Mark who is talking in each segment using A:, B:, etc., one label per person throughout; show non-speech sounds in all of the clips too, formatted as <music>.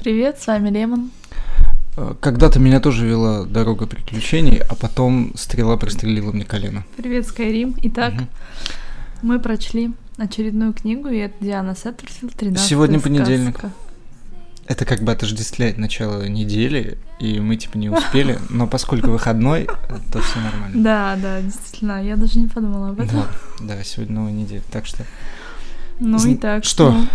A: Привет, с вами Лемон.
B: Э, Когда-то меня тоже вела дорога приключений, а потом стрела прострелила мне колено.
A: Привет, Скайрим. Итак,
B: Мгм.
A: мы прочли очередную книгу, и это Диана Сеттерфилд, 13
B: Сегодня понедельник. Это как бы отождествляет начало недели, и мы типа не
A: <laughs>
B: успели, но поскольку выходной, то все нормально.
A: Да, да, действительно, я даже не подумала об этом.
B: Да, да, сегодня новая неделя. Так что
A: Ну и
B: Зн-
A: так.
B: что?
A: ну,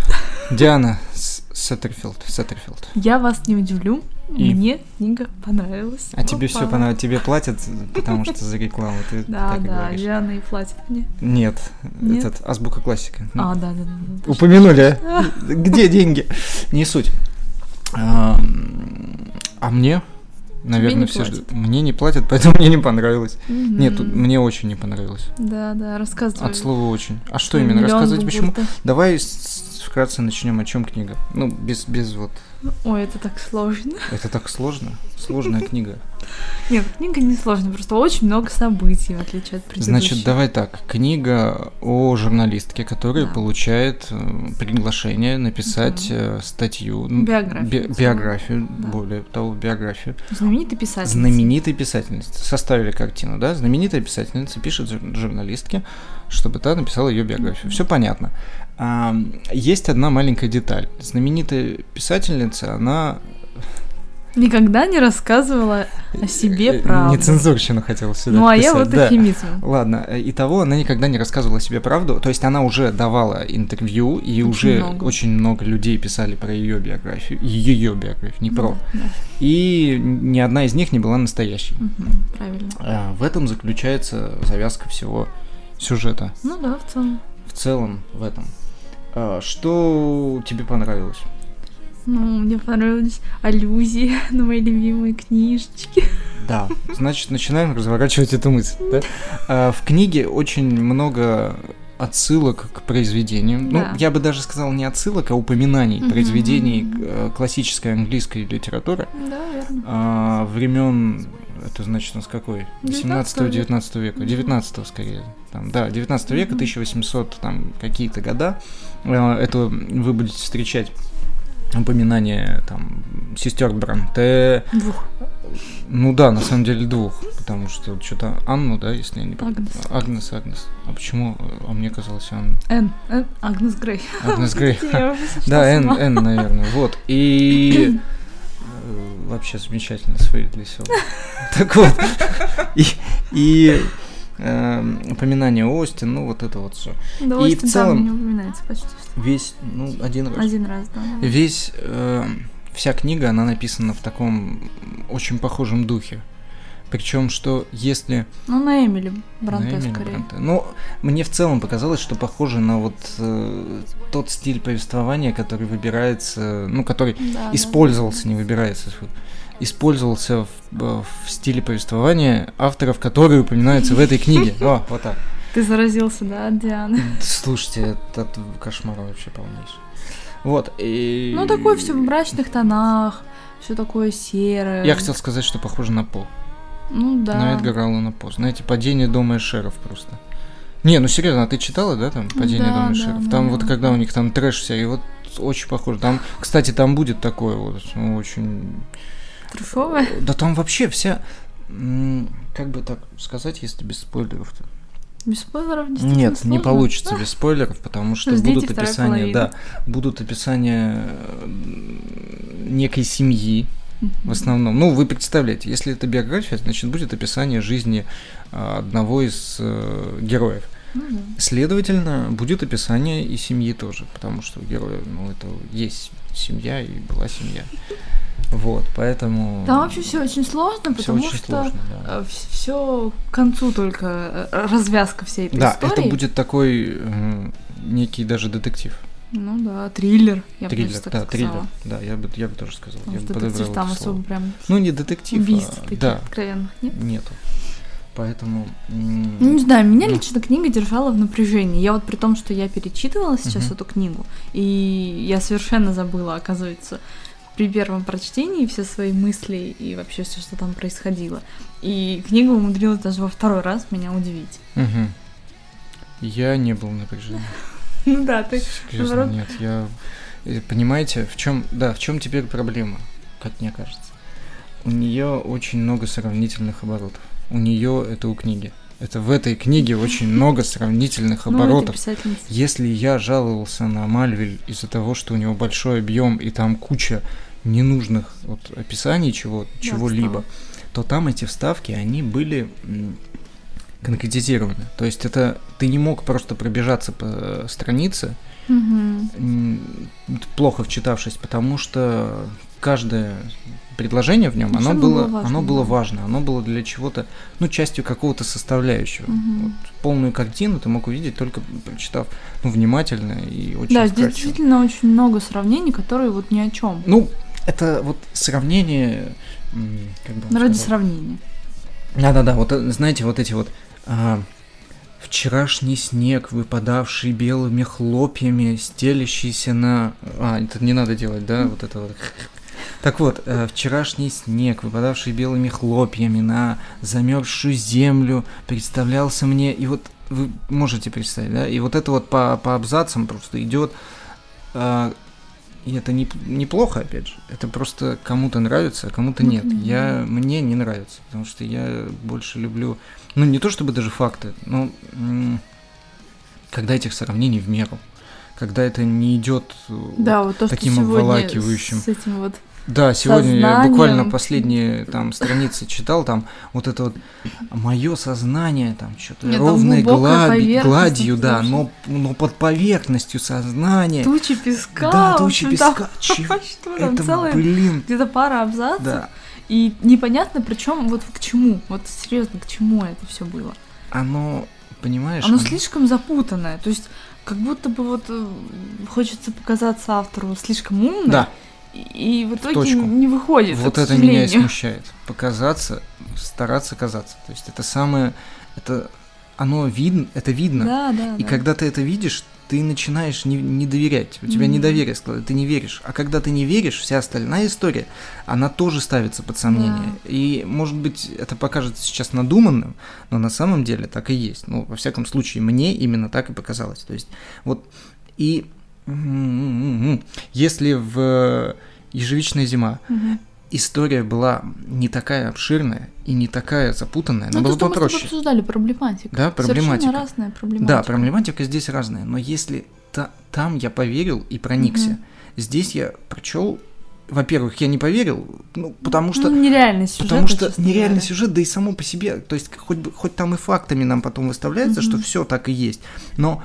B: Диана С- Сеттерфилд, Сеттерфилд.
A: я вас не удивлю,
B: И?
A: мне книга понравилась.
B: А тебе все
A: Опа.
B: понравилось, тебе платят, потому что за рекламу ты
A: Да,
B: так и
A: да,
B: говоришь.
A: Диана и платит мне.
B: Нет,
A: Нет?
B: этот азбука классика. Ну,
A: А, да, да, да, да.
B: Упомянули, а? Где деньги? Не суть. А м, а мне, наверное,
A: не
B: все ждут. Мне не платят, поэтому мне не понравилось.
A: Мгм.
B: Нет, тут мне очень не понравилось.
A: Да, да, рассказывай.
B: От слова очень. А что
A: Ой,
B: именно?
A: миллион
B: Рассказывать почему?
A: будто.
B: Давай с- вкратце начнем, о чем книга. Ну, без, без вот.
A: Ой, это так сложно.
B: Это так сложно.
A: <laughs>
B: Сложная книга.
A: Нет, книга не сложная, просто очень много событий, в отличие от предыдущей.
B: Значит, давай так. Книга о журналистке, которая
A: Да.
B: получает э, приглашение написать э, статью. ну,
A: Биографию.
B: би- биографию,
A: Да.
B: более того, биографию.
A: Знаменитый писатель.
B: Знаменитой писательницы. Составили картину, да? Знаменитая писательница пишет жур- журналистке, чтобы та написала ее биографию. Все понятно. А, есть одна маленькая деталь. Знаменитая писательница, она...
A: Никогда не рассказывала о себе правду.
B: Э, Не цензурщину хотела сюда
A: Ну а я
B: вписать,
A: вот
B: да.
A: эфемизм.
B: Ладно, э, и того она никогда не рассказывала себе правду, то есть она уже давала интервью, и
A: Очень
B: уже
A: много.
B: очень много людей писали про ее биографию, ее биографию, не про.
A: Да, да.
B: И ни одна из них не была настоящей.
A: Мгм, правильно.
B: А, В этом заключается завязка всего сюжета.
A: Ну да, в целом.
B: В целом в этом. А, Что тебе понравилось?
A: Ну, мне понравились аллюзии <laughs> на мои любимые книжечки.
B: Да. Значит, начинаем разворачивать эту мысль. да? А, В книге очень много отсылок к произведениям.
A: Да.
B: Ну, я бы даже сказал не отсылок, а упоминаний
A: Мгм.
B: произведений э, классической английской литературы
A: Да, верно.
B: а, времен. Это значит у нас какой?
A: Ну, 19-го
B: 17-19 века.
A: Мгм.
B: 19 скорее. Там, да, 19 века,
A: Мгм.
B: 1800 там какие-то года. А, Это вы будете встречать упоминание там сестер Бранте.
A: Двух.
B: Ну да, на самом деле двух, потому что что-то Анну, да, если я не пом-
A: Агнес.
B: Агнес, Агнес. А почему? А мне казалось
A: <laughs>
B: Анна.
A: Н. Н. Агнес Грей.
B: Агнес Грей.
A: Простите, я
B: <laughs>
A: уже сошла
B: Да,
A: с
B: Н,
A: ума.
B: Н, наверное. Вот. И э, вообще замечательно свои
A: <laughs>
B: для сего. Так вот. И, и эм, упоминание Остин, ну вот это вот все.
A: Да,
B: И
A: Остин
B: в
A: там
B: целом-
A: не упоминается почти что.
B: Весь, ну, один раз.
A: Один раз, да. наверное.
B: Весь, эм, вся книга, она написана в таком очень похожем духе. Причем, что если...
A: Ну, на Эмили Бранте
B: Наэми или
A: скорее.
B: Бранте? Ну, мне в целом показалось, что похоже на вот э, тот стиль повествования, который выбирается, ну, который
A: Да, да.
B: использовался, не выбирается, фу, использовался в, э, в стиле повествования авторов, которые упоминаются в
A: <laughs>
B: этой книге. О, вот так.
A: Ты заразился, да, от Дианы?
B: Слушайте, это кошмар вообще полнейший. Вот, и...
A: Ну, такое все в мрачных тонах, все такое серое.
B: Я хотел сказать, что похоже на По.
A: Ну да.
B: На Эдгара Алана По. Знаете, падение дома Эшеров просто. Не, ну серьезно, а ты читала, да, там падение
A: Да,
B: дома
A: да, ну,
B: Эшеров? Там
A: да,
B: вот
A: да.
B: когда у них там трэш вся, и вот очень похоже. Там, кстати, там будет такое вот ну, очень
A: Трешовое.
B: Э, Да там вообще вся... м, Как бы так сказать, если без спойлеров?
A: Без спойлеров действительно
B: Нет, не
A: сложно. <laughs> Ну,
B: получится без спойлеров, потому что
A: Ждите
B: будут
A: второй
B: описания,
A: половины.
B: да, будут описания э, некой семьи в основном. Ну, вы представляете, если это биография, значит будет описание жизни э, одного из э, героев.
A: Ну да.
B: Следовательно, будет описание и семьи тоже, потому что у героя, ну, это есть семья и была семья. Вот, поэтому...
A: Там вообще все очень сложно,
B: всё
A: потому
B: очень
A: что
B: сложно, да.
A: все к концу только э, развязка всей этой
B: Да,
A: истории.
B: это будет такой э, некий даже детектив.
A: Ну да, триллер, я бы
B: триллер,
A: даже так
B: да,
A: сказала.
B: триллер. Да, я бы, я бы тоже сказал.
A: Потому
B: я бы
A: что
B: подобрал
A: детектив
B: это
A: там
B: слово.
A: особо прям
B: Ну, не детектив,
A: убийств
B: а,
A: таких
B: да,
A: откровенных, нет?
B: нету. Поэтому...
A: Ну,
B: м,
A: не знаю, меня
B: Ну.
A: лично книга держала в напряжении. Я вот при том, что я перечитывала сейчас
B: Мгм.
A: эту книгу, и я совершенно забыла, оказывается, при первом прочтении все свои мысли и вообще все, что там происходило. И книга умудрилась даже во второй раз меня удивить. <laughs>
B: мгм. Я не был напряжен.
A: Ну да, ты
B: Серьезно,
A: наоборот.
B: нет, я... И понимаете, в чем, да, в чем теперь проблема, как мне кажется. У нее очень много сравнительных оборотов. У нее это у книги. Это в этой книге очень много сравнительных
A: Ну, это
B: оборотов.
A: писательница.
B: Если я жаловался на Мальвель из-за того, что у него большой объем и там куча ненужных вот описаний чего, чего-либо, то там эти вставки, они были м, конкретизированы. То есть это ты не мог просто пробежаться по э, странице,
A: Мгм.
B: м, плохо вчитавшись, потому что каждое предложение в нем,
A: Всё
B: оно
A: оно
B: было,
A: было важно,
B: оно было
A: да.
B: важно, оно было для чего-то, ну, частью какого-то составляющего.
A: Мгм.
B: Вот полную картину ты мог увидеть только прочитав, ну, внимательно и очень
A: Да, здесь
B: вкратце.
A: действительно очень много сравнений, которые вот ни о чем.
B: Ну, это вот сравнение, м, как бы вам
A: Ну, ради
B: сказать?
A: сравнения.
B: Да-да-да, вот э, знаете, вот эти вот а, вчерашний снег, выпадавший белыми хлопьями, стелящийся на... А, это не надо делать, да, вот это вот. Так вот, э, вчерашний снег, выпадавший белыми хлопьями на замерзшую землю, представлялся мне, и вот вы можете представить, да, и вот это вот по, по абзацам просто идет, а, и это не, неплохо, опять же, это просто кому-то нравится, а кому-то
A: Ну,
B: нет.
A: понятно.
B: Я, мне не нравится, потому что я больше люблю, ну, не то чтобы даже факты, но м, когда этих сравнений в меру, когда это не идет... э,
A: Да, вот то, что
B: таким
A: сегодня
B: обволакивающим.
A: с этим вот
B: да, сегодня я
A: сознанием.
B: буквально последние там страницы читал, там вот это вот мое сознание, там что-то
A: Нет, там
B: ровной
A: глубокая
B: глади-
A: поверхность,
B: гладью, да,
A: слушай.
B: но, но под поверхностью сознания.
A: тучи песка.
B: да,
A: в
B: тучи
A: общем, там- <laughs>
B: песка. Чего?
A: Что там,
B: Это,
A: целая
B: блин,
A: где-то пара абзацев.
B: да.
A: И непонятно, причем вот к чему, вот серьезно, к чему это все было.
B: Оно, понимаешь?
A: Оно
B: оно-
A: слишком запутанное, то есть как будто бы вот э, хочется показаться автору слишком умным,
B: Да,
A: и, и в итоге
B: точку.
A: не выходит.
B: вот
A: к
B: это меня и
A: сожалению.
B: смущает. Показаться, стараться казаться. То есть это самое, это, оно видно, это
A: <laughs>
B: видно.
A: Да, Ну да.
B: И
A: да.
B: когда ты это видишь, ты начинаешь не, не доверять. У тебя
A: Мгм.
B: недоверие складывается, ты не веришь. А когда ты не веришь, вся остальная история, она тоже ставится под сомнение. И, может быть, это покажется сейчас надуманным, но на самом деле так и есть. Ну, во всяком случае, мне именно так и показалось. То есть, вот и м-м-м-м. если в э, «Ежевичная зима»
A: Мгм.
B: история была не такая обширная и не такая запутанная, она
A: Ну, то,
B: была
A: что мы с тобой
B: попроще.
A: обсуждали проблематику.
B: Да, проблематика.
A: Совершенно разная проблематика.
B: Да, проблематика здесь разная, но если та- там я поверил и проникся,
A: Мгм.
B: здесь я прочел, во-первых, я не поверил, ну потому что
A: Ну, нереальный сюжет.
B: потому что
A: честно
B: нереальный
A: говоря.
B: сюжет, да и само по себе, то есть хоть бы хоть там и фактами нам потом выставляется, что
A: Мгм.
B: все так и есть, но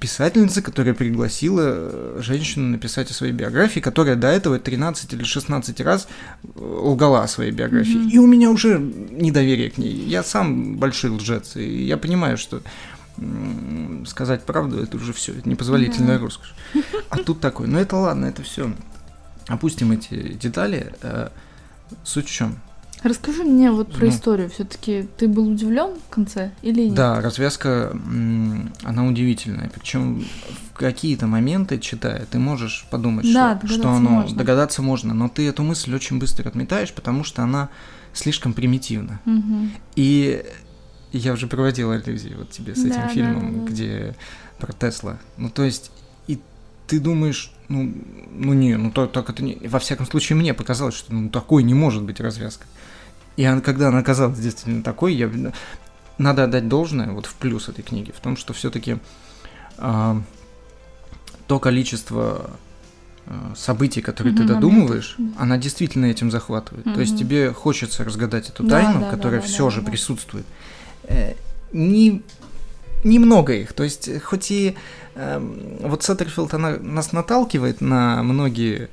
B: писательница, которая пригласила э, женщину написать о своей биографии, которая до этого 13 или 16 раз э, лгала о своей биографии.
A: Мгм.
B: И у меня уже недоверие к ней. Я сам большой лжец, и я понимаю, что м, сказать правду это уже все, это непозволительная
A: Да.
B: роскошь. А тут такой, ну это ладно, это все. Опустим эти детали. Э, Суть в чем?
A: Расскажи мне вот про
B: Ну.
A: историю. Все-таки ты был удивлен в конце или нет?
B: Да, развязка, м, она удивительная. Причем в какие-то моменты, читая, ты можешь подумать,
A: Да,
B: что,
A: догадаться
B: что оно
A: можно.
B: догадаться можно, но ты эту мысль очень быстро отметаешь, потому что она слишком примитивна.
A: Мгм.
B: И я уже проводил аллюзии вот тебе с
A: Да,
B: этим
A: да,
B: фильмом,
A: да, да.
B: где про Тесла. Ну, то есть, и ты думаешь, ну, ну не, ну так, так это не... Во всяком случае, мне показалось, что ну, такой не может быть развязка. И она, когда она оказалась действительно такой, я... Надо отдать должное, вот в плюс этой книги, в том, что все таки то количество а, событий, которые ты
A: Мгм,
B: додумываешь,
A: моментов, да.
B: она действительно этим захватывает. То есть
A: Мгм.
B: тебе хочется разгадать эту
A: Да,
B: тайну,
A: да, да,
B: которая
A: да,
B: все
A: да,
B: же
A: да.
B: присутствует. Э, не немного их. То есть, э, хоть и эм, вот Сеттерфилд, она нас наталкивает на многие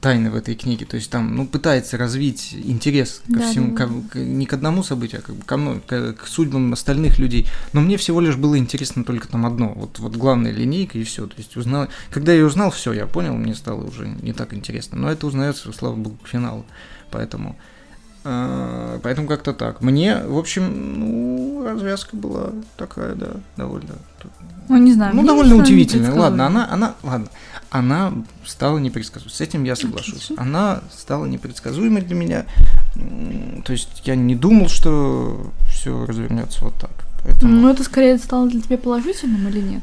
B: тайны в этой книге, то есть там, ну, пытается развить интерес ко
A: Да,
B: всему,
A: да,
B: ко-
A: да.
B: к- не к одному событию, а как бы ко мно- к, к судьбам остальных людей. Но мне всего лишь было интересно только там одно, вот, вот главная линейка и все. То есть узнал, когда я её узнал, все, я понял, мне стало уже не так интересно. Но это узнается, слава богу, к финалу. Поэтому а, Поэтому как-то так. Мне, в общем, ну, развязка была такая, да, довольно.
A: Ну, не знаю.
B: ну,
A: мне
B: довольно
A: кажется, она
B: удивительная. Ладно,
A: непредсказуема.
B: она, она, ладно, она стала непредсказуемой. С этим я соглашусь.
A: Отлично.
B: Она стала непредсказуемой для меня. М, То есть я не думал, что все развернется вот так. Поэтому
A: Ну, это скорее стало для тебя положительным или нет?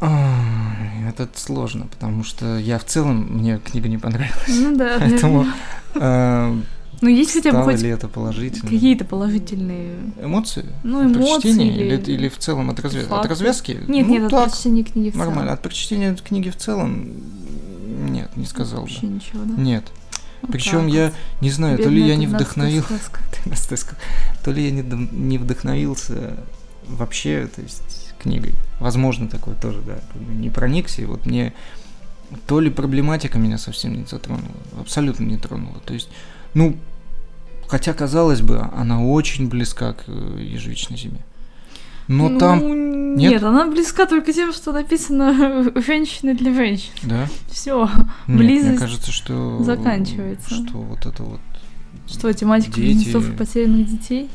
B: Ай, Это сложно, потому что я в целом, мне книга не понравилась.
A: Ну
B: <laughs>
A: да.
B: Поэтому
A: наверное.
B: э,
A: Ну есть хотя бы
B: стало
A: хоть
B: ли это положительно?
A: какие-то положительные...
B: Эмоции?
A: Ну,
B: От
A: эмоции
B: прочтения
A: или-
B: или, или, в целом от, разве- от
A: факты.
B: развязки?
A: Нет,
B: Ну,
A: нет, от
B: так,
A: прочтения книги в целом.
B: нормально. От прочтения книги в целом нет, не сказал
A: Вообще
B: бы.
A: ничего, да?
B: Нет.
A: Вот
B: Причем
A: так
B: Ну, я
A: вот.
B: не знаю, то ли
A: Бедная
B: я не
A: 13-я
B: вдохновил,
A: сказка.
B: 13-я, то ли я не, дов- не вдохновился вообще, то есть книгой. Возможно такое тоже, да, как бы не проникся. И вот мне то ли проблематика меня совсем не затронула, абсолютно не тронула. То есть, ну, хотя казалось бы, она очень близка к э, ежевичной зиме. Но
A: Ну,
B: там,
A: Нет? она близка только тем, что написано <laughs> женщины для женщин.
B: да,
A: Все.
B: нет, мне
A: близость
B: кажется, что
A: заканчивается.
B: что вот это вот
A: Что, тематика
B: Дети.
A: близнецов и потерянных детей?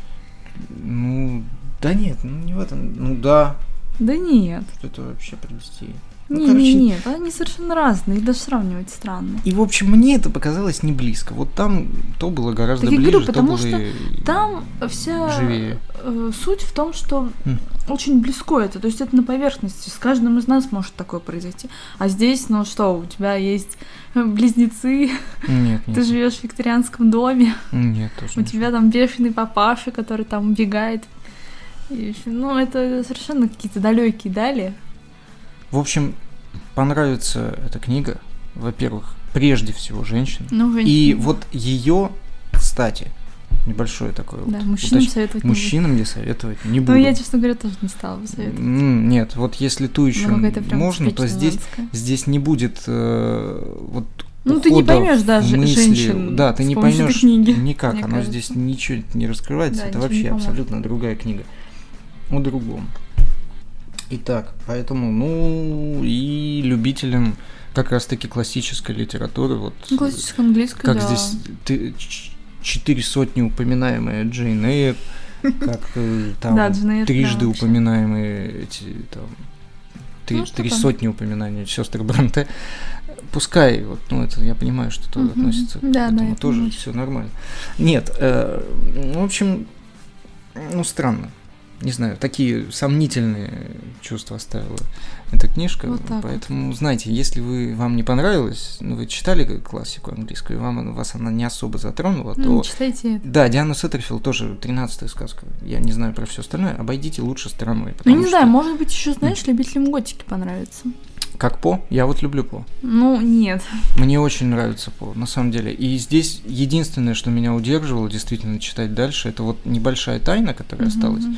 B: Ну, да нет, ну не в этом. Ну да,
A: Да нет.
B: что это вообще принести. Ну,
A: Не, не,
B: короче-
A: нет, они совершенно разные, их даже сравнивать странно.
B: И, в общем, мне это показалось не близко. Вот там то было гораздо
A: Так я
B: ближе,
A: говорю,
B: то
A: потому
B: было
A: что
B: и-
A: Там вся
B: Живее.
A: э, суть в том, что
B: М.
A: очень близко это, то есть это на поверхности, с каждым из нас может такое произойти. А здесь, ну что, у тебя есть э, близнецы,
B: Нет, нет.
A: ты живешь в викторианском доме,
B: Нет, тоже
A: У
B: не
A: тебя там бешеный папаша, который там убегает. И ещё- ну, это совершенно какие-то далекие дали.
B: очень. В общем, понравится эта книга, во-первых, прежде всего женщин.
A: Ну,
B: И вот ее, кстати, небольшое такое
A: Да,
B: вот
A: мужчинам
B: уточ-
A: советовать не буду.
B: Мужчинам я советовать не буду.
A: Ну, я, честно говоря, тоже не стала бы советовать.
B: М, Нет, вот если ту еще
A: Ну, какая-то прям
B: можно, то
A: типично
B: здесь
A: женская.
B: здесь не будет э, вот
A: Ну, ты не
B: ухода
A: поймешь
B: в
A: даже
B: мысли.
A: женщин
B: Да, ты
A: с
B: не
A: помощью этой
B: поймешь
A: книги,
B: <laughs> никак.
A: мне
B: Оно
A: кажется.
B: здесь ничего не раскрывается.
A: Да,
B: это
A: ничего не
B: вообще
A: поможет.
B: абсолютно другая книга. О другом. Итак, поэтому, ну, и любителям как раз-таки классической литературы, вот
A: Ну, классическая английская,
B: как
A: да.
B: здесь ты, ч- четыре сотни упоминаемые Джейн Эйр, как
A: <laughs>
B: э, там
A: Да, Джейн Эйр,
B: трижды
A: да, вообще.
B: упоминаемые эти там три,
A: Ну, что
B: три
A: там?
B: сотни упоминаний сестры Бранте. Пускай, вот, ну, это я понимаю, что это
A: Мгм.
B: относится к
A: Да, да,
B: этому
A: я
B: тоже,
A: понимаю.
B: все нормально. Нет, э, ну, в общем, ну, странно. Не знаю, такие сомнительные чувства оставила эта книжка.
A: Вот так вот.
B: поэтому, знаете, если вы, вам не понравилось, ну, вы читали классику английскую, и вам, она- вас она не особо затронула, то...
A: Ну, читайте это.
B: Да, Диана Сеттерфилд тоже 13 сказка. Я не знаю про все остальное. Обойдите лучше стороной.
A: Ну,
B: потому
A: не
B: что
A: знаю, может быть, еще, знаешь, любителям готики понравится.
B: Как По, я вот люблю По.
A: Ну, нет.
B: Мне очень нравится По, на самом деле. И здесь единственное, что меня удерживало действительно читать дальше, это вот небольшая тайна, которая осталась,
A: Мгм.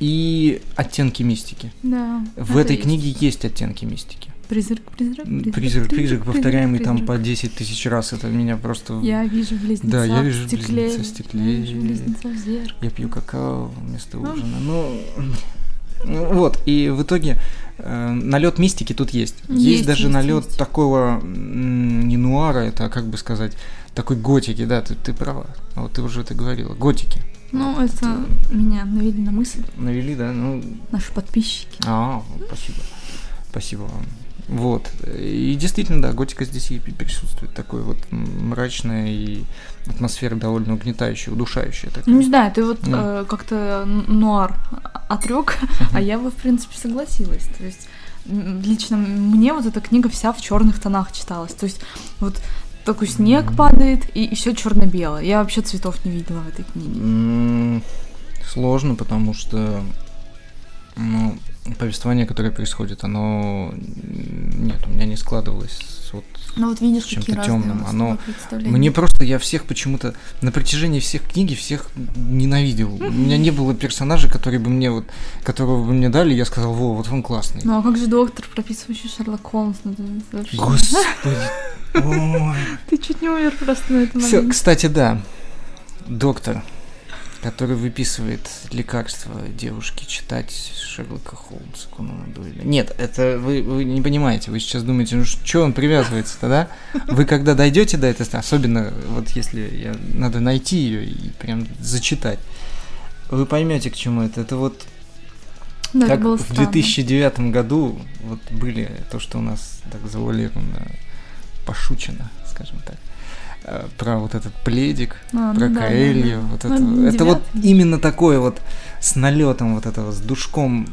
B: и оттенки мистики.
A: Да.
B: В
A: это
B: этой
A: есть.
B: книге есть оттенки мистики.
A: Призрак, призрак,
B: Призрак, призрак, повторяемый там
A: призрак.
B: по 10 тысяч раз, это меня просто...
A: Я вижу близнеца
B: Да, я вижу
A: в стекле.
B: близнеца в стекле.
A: Я вижу близнеца в зеркале.
B: Я пью какао вместо
A: Ну.
B: ужина. Ну, <laughs> ну, вот, и в итоге э, налет мистики тут есть. Есть,
A: Есть,
B: даже
A: есть,
B: налет
A: есть.
B: такого м, не нуара, это а как бы сказать, такой готики, да, ты, ты права. А Вот ты уже это говорила. Готики.
A: Ну, это меня навели на мысль
B: Навели, да? Ну.
A: наши подписчики.
B: А, спасибо. Спасибо вам. Вот. И действительно, да, готика здесь и присутствует. Такой вот м, мрачная и атмосфера довольно угнетающая, удушающая такая.
A: Ну, не знаю, ты вот
B: Ну.
A: э, как-то н- нуар отрек, а я бы, в принципе, согласилась. То есть, м, лично мне вот эта книга вся в черных тонах читалась. То есть, вот такой снег
B: Мгм.
A: падает, и, все черно-белое. Я вообще цветов не видела в этой книге.
B: М, Сложно, потому что ну, повествование, которое происходит, оно м, нет, у меня не складывалось. Вот.
A: Ну, вот видишь,
B: С чем-то
A: какие разные
B: тёмным.
A: у нас
B: Оно
A: было представления.
B: Мне просто я всех почему-то на протяжении всех книги всех ненавидел. У меня не было персонажа, который бы мне вот, которого бы мне дали, я сказал, во, вот он классный.
A: Ну, а как же доктор, прописывающий Шерлок Холмс? Ну, это вообще- <laughs>
B: Господи. Ой.
A: Ты чуть не умер просто на этом
B: Всё,
A: моменте.
B: кстати, да. Доктор, который выписывает лекарства девушке читать Шерлока Холмса, Конана Дойля. Нет, это вы, вы не понимаете. Вы сейчас думаете, ну что он привязывается-то, да? Вы когда дойдете до этого, особенно вот если я, надо найти ее и прям зачитать, вы поймете, к чему это. Это вот
A: Да, это
B: как
A: было
B: в
A: странно.
B: 2009 году вот были то, что у нас так завуалировано, пошучено, скажем так, э, про вот этот пледик,
A: А, ну
B: про
A: да, да,
B: Каэлью,
A: да.
B: вот
A: Ну,
B: это,
A: не
B: это вот
A: девятый.
B: именно такое вот с налетом вот этого, с душком.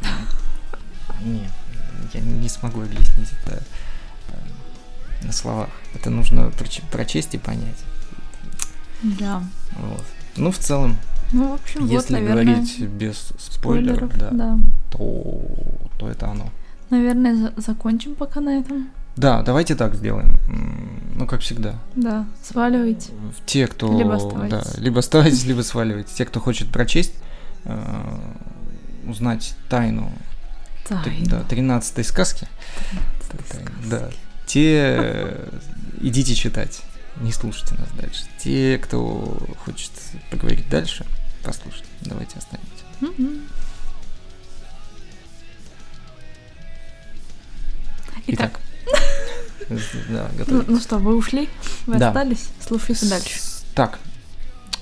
B: Нет, я не смогу объяснить это э, на словах. Это нужно проч- прочесть и понять.
A: Да.
B: Вот. Ну, в целом,
A: Ну, в общем,
B: если
A: вот, наверное,
B: говорить без спойлеров, да,
A: да.
B: То, то это оно.
A: Наверное, за- закончим пока на этом.
B: Да, давайте так сделаем. М, Ну, как всегда.
A: Да, сваливайте.
B: В- Те, кто...
A: Либо оставайтесь.
B: Да, либо оставайтесь, либо сваливайте. Те, кто хочет прочесть, э, узнать тайну,
A: Так,
B: тр- да, 13 сказки, Да. те э, идите читать. Не слушайте нас дальше. Те, кто хочет поговорить дальше, послушайте. Давайте остановимся.
A: Мгм. Итак,
B: <laughs> Да,
A: ну,
B: готовы.
A: ну что, вы ушли? Вы
B: Да.
A: остались? Слушайте дальше.
B: С- Так,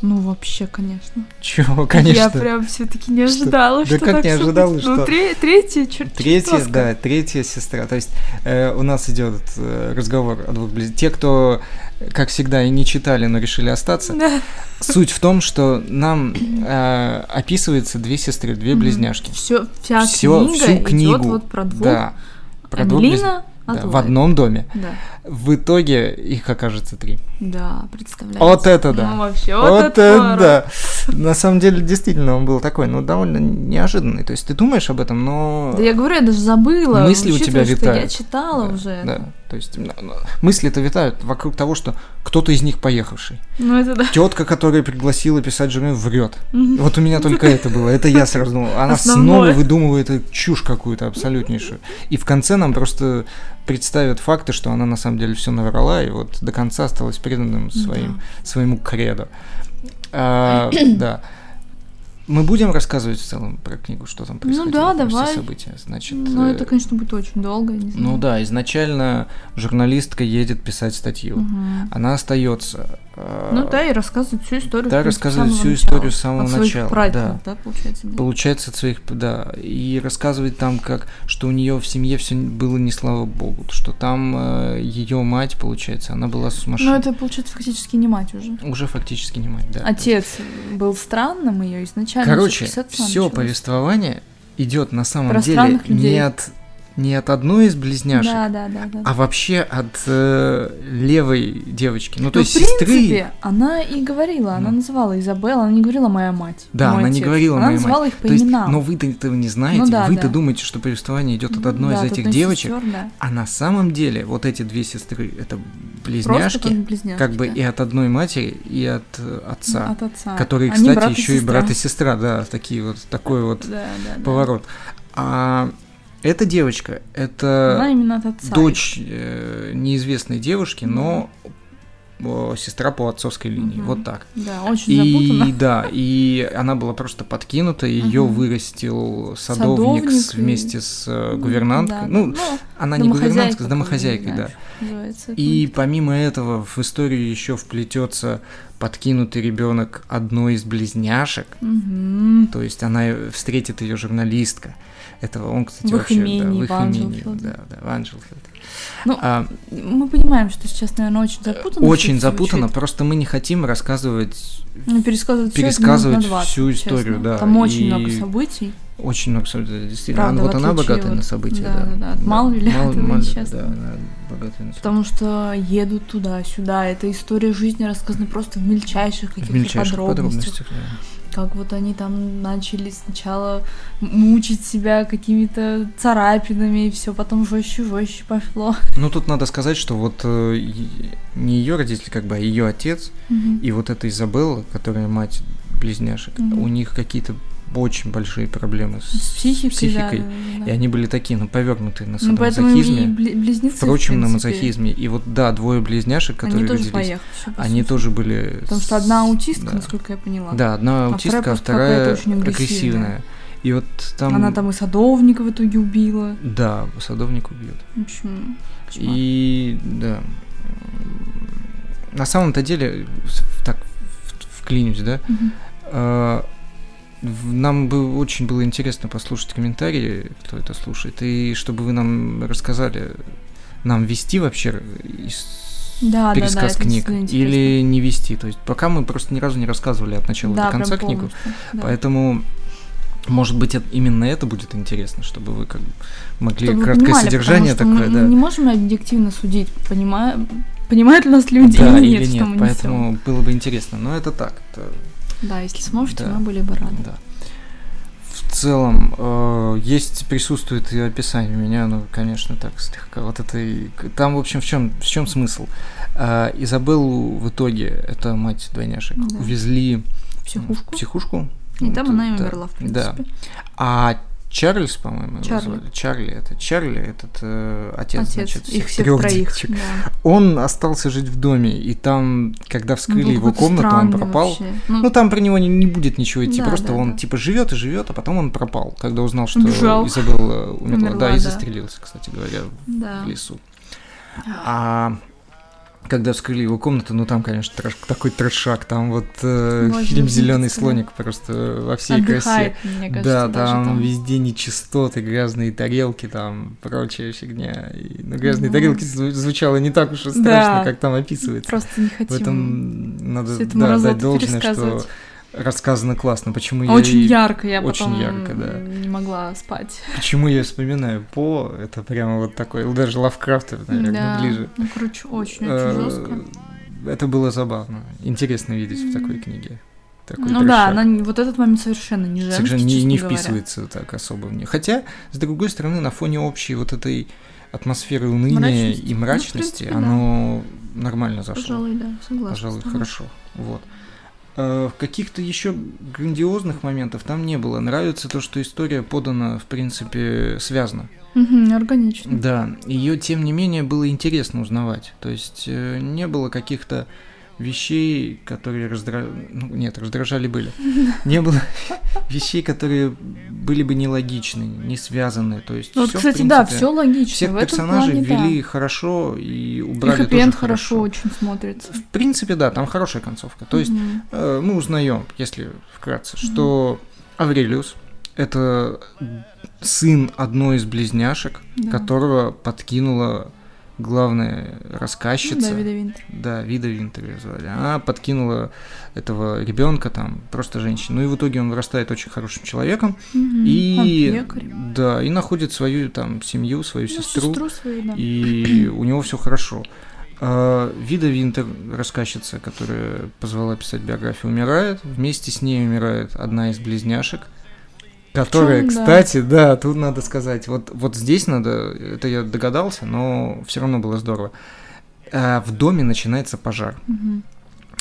A: Ну, вообще, конечно.
B: чего, <laughs> конечно.
A: Я прям все-таки не
B: Что?
A: ожидала,
B: Да
A: что
B: как
A: так
B: не
A: всё
B: ожидала,
A: будет.
B: что?
A: Ну, тре- третья чер-
B: Третья,
A: чертовка.
B: да, третья сестра. То есть э, у нас идет э, разговор о двух близ... Те, кто, как всегда, и не читали, но решили остаться.
A: Да.
B: Суть в том, что нам э, описываются две сестры, две
A: Мгм.
B: близняшки.
A: Всё- вся
B: Всё-
A: книга
B: всю
A: идёт
B: книгу.
A: вот про двух.
B: Да. Про двух близ-
A: Эвелина,
B: да, в
A: Адлайд.
B: одном доме.
A: Да.
B: В итоге их окажется три.
A: Да, представляете.
B: Вот это да.
A: Ну, вообще,
B: Вот,
A: вот,
B: это
A: поворот.
B: да. На самом деле, действительно, он был такой, ну, довольно неожиданный. То есть ты думаешь об этом, но...
A: Да я говорю, я даже забыла.
B: Мысли у тебя
A: учитывая, что
B: витают.
A: Я читала
B: Да,
A: уже.
B: Да, то есть м, м, мысли-то витают вокруг того, что кто-то из них поехавший.
A: Ну это да.
B: Тетка, которая пригласила писать жену, врет.
A: Мгм.
B: Вот у меня только это было, это я сразу думал. Она снова
A: Основное.
B: выдумывает эту чушь какую-то абсолютнейшую. И в конце нам просто представят факты, что она на самом деле все наврала, и вот до конца осталась преданным своим, своему кредо.
A: <clears throat>
B: А, да. Мы будем рассказывать в целом про книгу, что там происходило, там все
A: Ну давай.
B: события. Значит,
A: Ну
B: э,
A: это, конечно, будет очень долго, я не знаю.
B: ну да, изначально журналистка едет писать статью.
A: Мгм.
B: Она остается. э,
A: Ну да, и рассказывает всю историю.
B: Да,
A: в принципе, с
B: рассказывает
A: самого
B: всю
A: начала.
B: историю с самого
A: От своих
B: начала,
A: прадедов, да, получается. да?
B: получается от своих, да, и рассказывает там, как, что у нее в семье все было не слава богу, что там ее мать, получается, она была сумасшедшей.
A: Ну это, А получается, фактически не мать уже.
B: Уже фактически не мать, да. То есть-
A: Отец был странным ее изначально.
B: Короче, все
A: повезло.
B: повествование идет на самом
A: Про
B: деле
A: странных людей.
B: не от, не от одной из близняшек,
A: Да, да, да, да.
B: а вообще от э, левой девочки. Ну, то
A: Ну,
B: есть
A: в
B: сестры.
A: принципе, она и говорила, она
B: Ну.
A: называла Изабелла, она не говорила моя мать.
B: Да,
A: мой
B: она не
A: отец».
B: говорила
A: она
B: «моя мать».
A: называла их по
B: То есть, ну,
A: именам.
B: но вы-то этого не знаете,
A: Ну да,
B: вы-то
A: да. Ну
B: думаете, что повествование идет от одной
A: Да,
B: из
A: от
B: этих
A: одной
B: девочек,
A: сестёр, да.
B: а на самом деле вот эти две сестры это
A: Просто
B: близняшки,
A: как близняшки.
B: как бы
A: да.
B: и от одной матери, и от э, отца,
A: От отца.
B: которые,
A: Они
B: кстати,
A: брат
B: еще и
A: сестра.
B: брат и сестра, да, такие вот такой вот
A: Да, да, да.
B: поворот. А эта девочка это
A: Она именно от отца.
B: э, дочь э, неизвестной девушки, но о, сестра по отцовской линии,
A: Мгм.
B: вот так.
A: Да, очень запутанно.
B: И да, и она была просто подкинута, и ее
A: Мгм.
B: вырастил садовник, с-
A: Садовник и-
B: вместе с э, гувернанткой.
A: Да,
B: ну,
A: да.
B: она не
A: домохозяйка,
B: гувернантка, с
A: как
B: домохозяйкой,
A: бы,
B: да.
A: называется это.
B: И помимо этого в историю еще вплетется подкинутый ребенок одной из близняшек,
A: Мгм.
B: то есть она э, встретит ее журналистка. Этого он, кстати,
A: В их
B: вообще да,
A: имении,
B: в их
A: в
B: имении,
A: Анджелфилде.
B: да, да, в Анджелфилде.
A: Ну,
B: А,
A: Мы понимаем, что сейчас, наверное, очень запутанно.
B: Э,
A: всё
B: очень
A: это
B: запутано,
A: звучит.
B: просто мы не хотим рассказывать
A: Ну, пересказывать, всё это минут
B: пересказывать
A: на 20,
B: всю историю,
A: честно.
B: да,
A: Там очень
B: и-
A: много событий.
B: очень много событий. Действительно,
A: Правда,
B: она- вот
A: в
B: она
A: отличие
B: богатая
A: от-
B: на события,
A: да,
B: да.
A: да, да, от мало ли
B: Мало-
A: этого
B: мало-
A: несчастного.
B: Да, она богатая на события.
A: Потому что едут туда-сюда. Эта история жизни рассказана просто в мельчайших
B: В
A: каких-то
B: мельчайших
A: подробностях.
B: подробностях. да.
A: Как вот они там начали сначала мучить себя какими-то царапинами, и все потом жестче жестче пошло.
B: Ну, тут надо сказать, что вот э, и- не ее родители, как бы, а ее отец
A: Мгм.
B: и вот эта Изабелла, которая мать близняшек,
A: Мгм.
B: у них какие-то очень большие проблемы с,
A: С психикой, да,
B: психикой.
A: да, да, да.
B: И они были такие, ну, повернуты на
A: Ну, поэтому и
B: садомазохизме,
A: бли- близнецы, в
B: впрочем, на
A: принципе,
B: мазохизме. И вот, да, двое близняшек, которые
A: Они тоже
B: родились,
A: поехали.
B: они тоже были...
A: Потому что одна
B: с-
A: аутистка,
B: да.
A: насколько я поняла.
B: Да, одна
A: А
B: аутистка, а
A: вторая просто
B: вторая
A: какая-то очень агрессивная.
B: агрессивная. И вот там...
A: Она там и садовника в итоге убила.
B: Да, садовник убьет.
A: В общем, кошмар.
B: И да. На самом-то деле, в- так в- вклинюсь, да,
A: Мгм.
B: а, в- нам бы очень было интересно послушать комментарии, кто это слушает, и чтобы вы нам рассказали, нам вести вообще из-
A: Да, да, да,
B: пересказ
A: это
B: книг
A: действительно интересно.
B: или не вести. То есть пока мы просто ни разу не рассказывали от начала
A: Да,
B: до конца
A: прям
B: книгу,
A: полностью, да.
B: поэтому Может быть, это- именно это будет интересно, чтобы вы как бы могли
A: Чтобы вы
B: краткое
A: понимали,
B: содержание
A: потому что
B: такое,
A: мы
B: да.
A: не можем объективно судить, понимая, понимают ли нас люди
B: да,
A: или,
B: или
A: нет, что
B: нет,
A: мы несем.
B: поэтому было бы интересно. Но это так. это
A: Да, если сможете,
B: Да.
A: мы были бы рады.
B: Да. В целом, э, есть, присутствует и описание у меня, ну, конечно, так слегка. Вот это и- к- Там, в общем, в чем, в чем смысл? А, Изабеллу в итоге, это мать двойняшек,
A: Да.
B: увезли
A: В
B: в
A: психушку.
B: психушку.
A: И там она и
B: ну, да,
A: умерла, в
B: Да.
A: принципе.
B: А Чарльз, по-моему, его
A: Чарли.
B: звали. Чарли это Чарли, этот э, отец,
A: Отец,
B: значит,
A: их
B: всех
A: всех
B: трёх
A: троих.
B: девочек.
A: да.
B: Он остался жить в доме, и там, когда
A: Он был
B: вскрыли его
A: Ну, какой-то
B: комнату, он
A: странный
B: пропал.
A: вообще. Ну,
B: Ну там про него не, не будет ничего идти,
A: Да,
B: просто
A: да,
B: он
A: да.
B: типа живет и живет, а потом он пропал, когда узнал, что
A: Бежал.
B: Изабелла умерла,
A: Умерла,
B: да, и
A: да.
B: застрелился, кстати говоря,
A: да.
B: в лесу. А когда вскрыли его комнату, ну там, конечно, трэш- такой трешак, там вот э,
A: Можно
B: фильм Зеленый
A: видеть, да.
B: слоник просто во всей красе.
A: Отдыхает, мне кажется,
B: Да,
A: даже
B: там,
A: там.
B: везде нечистоты, грязные тарелки, там прочая фигня. И, ну, грязные
A: Ну.
B: тарелки зву- звучало не так уж и страшно,
A: Да.
B: как там описывается.
A: Просто не
B: В
A: хотим.
B: этом надо
A: всё это
B: да,
A: мразоту
B: дать должное, что
A: пересказывать.
B: рассказано классно. Почему я,
A: Очень
B: и-
A: ярко, я
B: очень
A: потом
B: ярко, да.
A: не могла спать.
B: почему я вспоминаю По, это прямо вот такой, даже Лавкрафтов, наверное,
A: да.
B: ближе.
A: Ну, короче, очень-очень жестко.
B: Э, Это было забавно. Интересно видеть в такой книге. такой
A: Ну да,
B: трешак.
A: она не- вот этот момент совершенно не женский,
B: Совершенно не,
A: честно
B: не
A: говоря.
B: вписывается так особо в нее. Хотя, с другой стороны, на фоне общей вот этой атмосферы уныния
A: Мрачности.
B: и
A: Ну, в
B: мрачности,
A: принципе, да.
B: оно нормально зашло.
A: Пожалуй, да, согласна.
B: Пожалуй,
A: с тобой.
B: хорошо. Вот. Э, Каких-то еще грандиозных моментов там не было. Нравится то, что история подана, в принципе, связно.
A: Мгм, органично.
B: Да, ее, тем не менее, было интересно узнавать. То есть э, не было каких-то вещей, которые раздражали... Ну, нет,
A: <laughs>
B: раздражали были. Не было вещей, которые были бы нелогичны, не связаны. То есть
A: Ну вот,
B: всё, в
A: кстати, да,
B: принципе,
A: все логично.
B: Всех
A: в этом
B: персонажей
A: плане, да.
B: ввели хорошо и
A: И
B: убрали тоже
A: хэппи-энд
B: хорошо.
A: хорошо очень смотрится.
B: В принципе, да, там хорошая концовка. То есть
A: Мгм.
B: Э, мы узнаем, если вкратце, что Аврелиус это сын одной из близняшек,
A: Да.
B: которого подкинула главная
A: Ну,
B: рассказчица.
A: Давида Винтер.
B: Да, Вида Винтер её звали. Она подкинула этого ребенка там, просто женщину. Ну и в итоге он вырастает очень хорошим человеком.
A: Мгм. Он
B: И,
A: пекарь.
B: да, и находит свою там семью, свою
A: Ну,
B: сестру
A: свою, да.
B: и у него все хорошо. А, Вида Винтер, рассказчица, которая позвала писать биографию, умирает. Вместе с ней умирает одна из близняшек. Которая,
A: да.
B: кстати, да. тут надо сказать, вот, вот здесь надо, это я догадался, но все равно было здорово. А, В доме начинается пожар.
A: Мгм.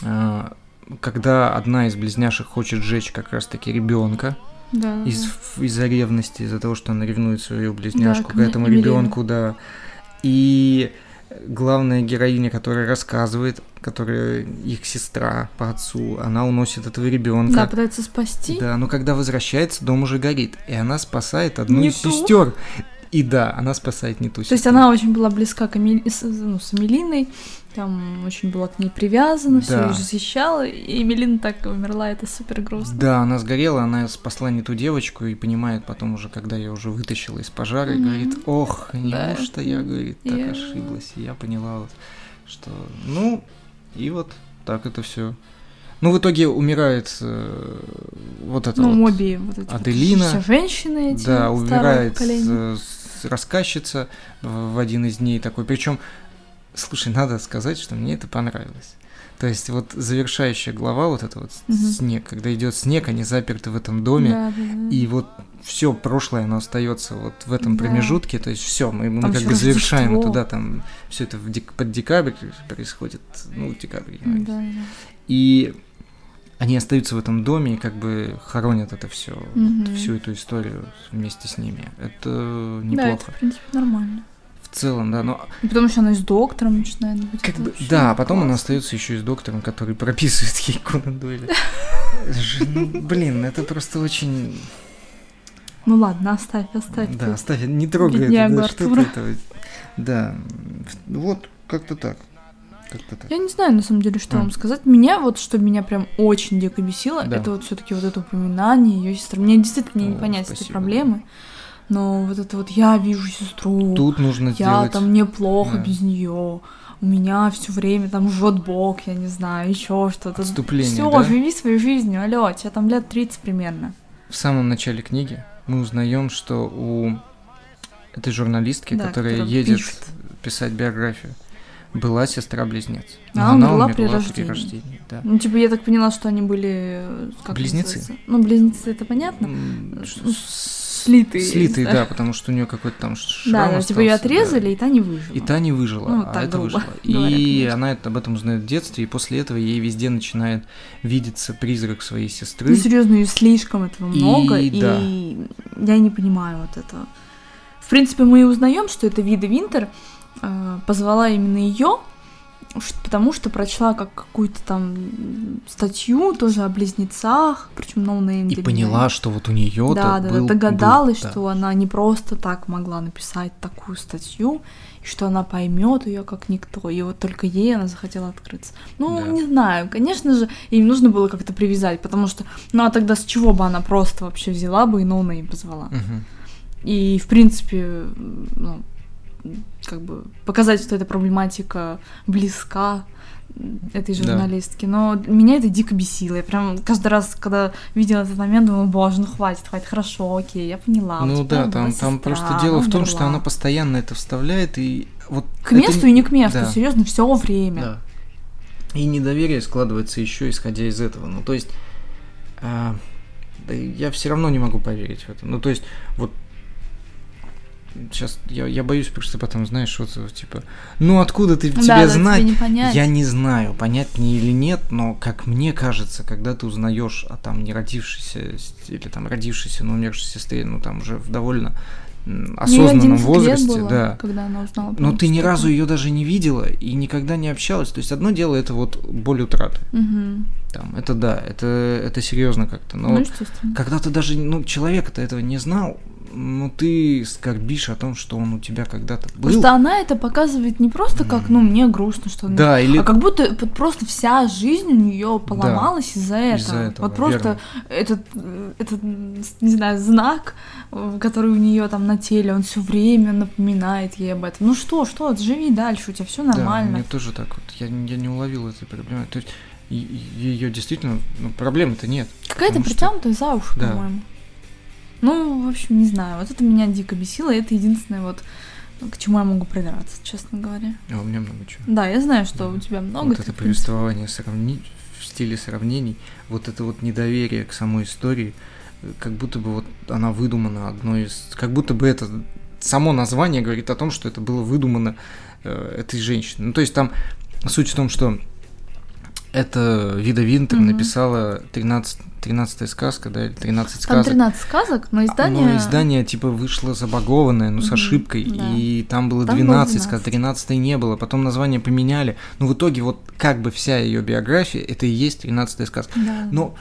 B: А, Когда одна из близняшек хочет сжечь как раз-таки ребенка,
A: Да, да,
B: из,
A: да.
B: из-за ревности, из-за того, что она ревнует свою близняшку
A: к
B: к
A: мне-
B: этому
A: Эмилину.
B: ребенку, да. И главная героиня, которая рассказывает, которая их сестра по отцу, она уносит этого
A: Да,
B: ребенка.
A: пытается спасти.
B: Да, но когда возвращается, дом уже горит, и она спасает одну
A: Не
B: из
A: ту.
B: сестер. И да, она спасает не ту
A: То есть она очень была близка к Эмили- с, ну, с Эмилиной, там очень была к ней привязана, все
B: Да.
A: ее защищала, и Эмилина так умерла, это супер грустно.
B: Да, она сгорела, она спасла не ту девочку и понимает потом уже, когда я уже вытащила из пожара, и
A: Мгм.
B: говорит, ох,
A: Да.
B: неужто я, говорит, так
A: Я-
B: ошиблась, и я поняла, вот, что, ну, и вот так это все. Ну, в итоге умирает э, вот это
A: Ну,
B: вот.
A: моби вот эти
B: Аделина.
A: все женщины эти
B: Да,
A: старого
B: умирает
A: поколения.
B: э, с- рассказчица в в один из дней такой. Причем, слушай, надо сказать, что мне это понравилось. То есть вот завершающая глава, вот это вот с-
A: Мгм.
B: снег, когда идет снег, они заперты в этом доме,
A: Да, да, да.
B: и вот все прошлое, оно остается вот в этом
A: Да.
B: промежутке, то есть все, мы, мы
A: Там
B: как
A: ещё
B: бы завершаем
A: Рождество.
B: туда, там все это в дек- под декабрь происходит, ну, в декабрь, я надеюсь.
A: Да, да.
B: и они остаются в этом доме и как бы хоронят это все,
A: Мгм.
B: всю эту историю вместе с ними. Это
A: Да, это,
B: неплохо.
A: в принципе, нормально.
B: В целом, да, но
A: И потом еще она и с доктором начинает быть.
B: как
A: это
B: бы,
A: вообще
B: да, а потом она
A: классно.
B: остается еще и с доктором, который прописывает ей Конан Дойля.
A: <laughs>
B: Ж- Ну, блин, это просто очень
A: Ну ладно, оставь, оставь.
B: Да, оставь, не трогай это,
A: Беднягу
B: да, что ты
A: Артура.
B: этого- Да, в- вот как-то так. Как-то так.
A: Я не знаю, на самом деле, что
B: М.
A: вам сказать. Меня вот, что меня прям очень дико бесило,
B: Да.
A: это вот все-таки вот это упоминание ее сестры. Мне действительно не
B: О,
A: понять этой
B: спасибо,
A: проблемы. Но вот это вот я вижу сестру,
B: Тут нужно
A: я
B: сделать...
A: там мне плохо
B: Да.
A: без нее. У меня все время там жжет бок, я не знаю, еще что-то.
B: Отступление,
A: Все,
B: да?
A: живи своей жизнью, алло, тебе там лет 30 примерно.
B: в самом начале книги мы узнаем, что у этой журналистки,
A: Да,
B: которая
A: которая
B: едет
A: пишет.
B: писать биографию, была сестра-близнец.
A: А
B: Но
A: умерла при рождении.
B: да.
A: Ну, типа, я так поняла, что они были... э, Как
B: Близнецы.
A: называется? Ну, близнецы, это понятно.
B: М, что
A: Ну,
B: с-
A: слитые,
B: Слитые,
A: не знаю.
B: да, потому что у нее какой-то там ш- шрам
A: Да, да, типа ее
B: остался, да.
A: отрезали, и та не выжила.
B: И та не выжила,
A: Ну,
B: а
A: так
B: это
A: грубо
B: выжила.
A: <laughs> говоря,
B: И
A: конечно.
B: она это, об этом узнает в детстве, и после этого ей везде начинает видеться призрак своей сестры.
A: Ну, серьезно, ее слишком этого
B: И
A: много, и
B: да.
A: я не понимаю вот этого. В принципе, мы и узнаем, что это Вида Винтер э, позвала именно ее, потому что прочла как какую-то там м, статью тоже о близнецах, причем no name
B: И
A: для меня.
B: поняла, что вот у нее
A: Да, да, да, догадалась, что она не просто так могла написать такую статью, и что она поймет ее как никто, и вот только ей она захотела открыться. Ну,
B: Да.
A: не знаю, конечно же, им нужно было как-то привязать, потому что, ну а тогда с чего бы она просто вообще взяла бы и Ноуна и позвала? И, в принципе, ну, как бы показать, что эта проблематика близка этой
B: Да.
A: журналистке. Но меня это дико бесило. Я прям каждый раз, когда видела этот момент, думала, боже, ну хватит, хватит, хорошо, окей, я поняла. Типа, у
B: Ну
A: тебя
B: да,
A: была
B: там,
A: сестра,
B: там просто дело в том, что
A: умерла».
B: она постоянно это вставляет, и вот...
A: К
B: это
A: месту и не к месту,
B: Да.
A: серьезно, все время.
B: Да. И недоверие складывается еще исходя из этого. Ну, то есть, а, да я все равно не могу поверить в это. Ну, то есть, вот сейчас я, я боюсь, потому что потом, знаешь, вот типа, ну откуда ты
A: Да,
B: тебе
A: да,
B: знать?
A: не понять.
B: Я не знаю, понять мне или нет, но как мне кажется, когда ты узнаешь о там не родившейся с- или там родившейся, но умершей сестре, ну там уже в довольно м,
A: Ей 11
B: осознанном
A: лет
B: возрасте,
A: было,
B: да.
A: Когда она узнала.
B: Но ты ни
A: что
B: разу
A: это.
B: ее даже не видела и никогда не общалась. То есть одно дело это вот боль утраты.
A: Мгм.
B: Там, это да, это, это серьезно как-то. Но
A: Ну,
B: вот
A: естественно.
B: когда ты даже, ну, человека-то этого не знал, ну, ты скорбишь о том, что он у тебя когда-то был.
A: Потому что она это показывает не просто как, ну, мне грустно, что он
B: Да, или
A: А как будто вот просто вся жизнь у нее поломалась из-за этого.
B: из-за этого,
A: вот просто
B: верно.
A: этот, э, этот, м, с- не знаю, знак, э, который у нее там на теле, он все время напоминает ей об этом. Ну что, что, живи дальше, у тебя все
B: Да,
A: нормально.
B: мне тоже так вот. Я, я не уловил этой проблемы. То есть ее действительно, ну, проблем-то нет.
A: Какая-то
B: потому что-
A: притянутая за уши,
B: Да.
A: по-моему. Ну, в общем, не знаю. Вот это меня дико бесило, и это единственное вот к чему я могу придраться, честно говоря.
B: А у меня много чего.
A: Да, я знаю, что
B: Да.
A: у тебя много.
B: вот
A: ты,
B: это
A: в принципе,
B: повествование сравни- в стиле сравнений, вот это вот недоверие к самой истории, э, как будто бы вот она выдумана одной из... Как будто бы это само название говорит о том, что это было выдумано э, этой женщиной. Ну, то есть там суть в том, что это Вида Винтер
A: Мгм.
B: написала 13, 13 сказка, да, или 13
A: Там
B: сказок. А,
A: 13 сказок, но издание...
B: Но издание типа вышло забагованное, ну, с
A: Мгм,
B: ошибкой.
A: да.
B: И там было
A: Там было
B: 12,
A: 12.
B: 13 не было. Потом название поменяли. Ну, в итоге, вот как бы вся ее биография, это и есть 13 сказка.
A: Да.
B: Но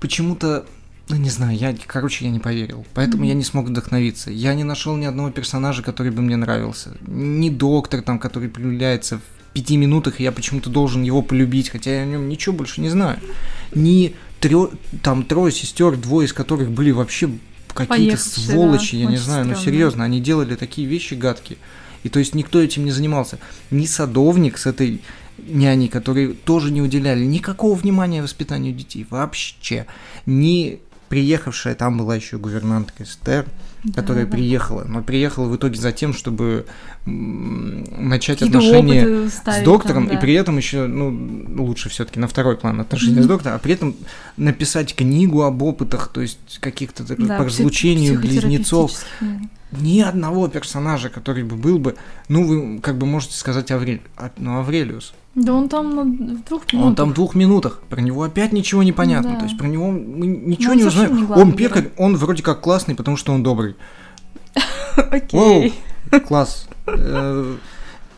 B: почему-то. Ну, не знаю, я, короче, я не поверил. Поэтому
A: Мгм.
B: я не смог вдохновиться. Я не нашел ни одного персонажа, который бы мне нравился. Ни доктор там, который появляется в пяти минутах, и я почему-то должен его полюбить, хотя я о нем ничего больше не знаю. Ни трё, там трое сестер, двое из которых были вообще какие-то
A: Поехавшие, да,
B: сволочи, я не
A: очень
B: знаю, ну
A: стрёмные.
B: серьезно, они делали такие вещи гадкие. И то есть никто этим не занимался. Ни садовник с этой няней, которые тоже не уделяли никакого внимания воспитанию детей вообще. Ни приехавшая, там была еще гувернантка Эстер,
A: Да,
B: которая
A: да.
B: приехала, но приехала в итоге за тем, чтобы м, начать
A: Какие-то
B: отношения
A: опыты ставить
B: с доктором,
A: там,
B: и
A: да.
B: при этом еще, ну, лучше все-таки на второй план отношения с
A: Мгм.
B: доктором, а при этом написать книгу об опытах, то есть каких-то так-
A: Да,
B: по
A: пси-
B: разлучению близнецов.
A: психотерапевтические.
B: Ни одного персонажа, который бы был бы, ну, вы как бы можете сказать Аврель, а- ну, Аврелиус. А
A: Да он там на- в двух
B: Он
A: минутах. <laughs>
B: там в двух минутах, про него опять ничего не понятно,
A: Ну, Да. Ну,
B: то есть про него мы ничего
A: он
B: не
A: совсем
B: узнаем.
A: не главный
B: он пекарь, он вроде как классный, потому что он добрый.
A: Окей.
B: Класс. Э,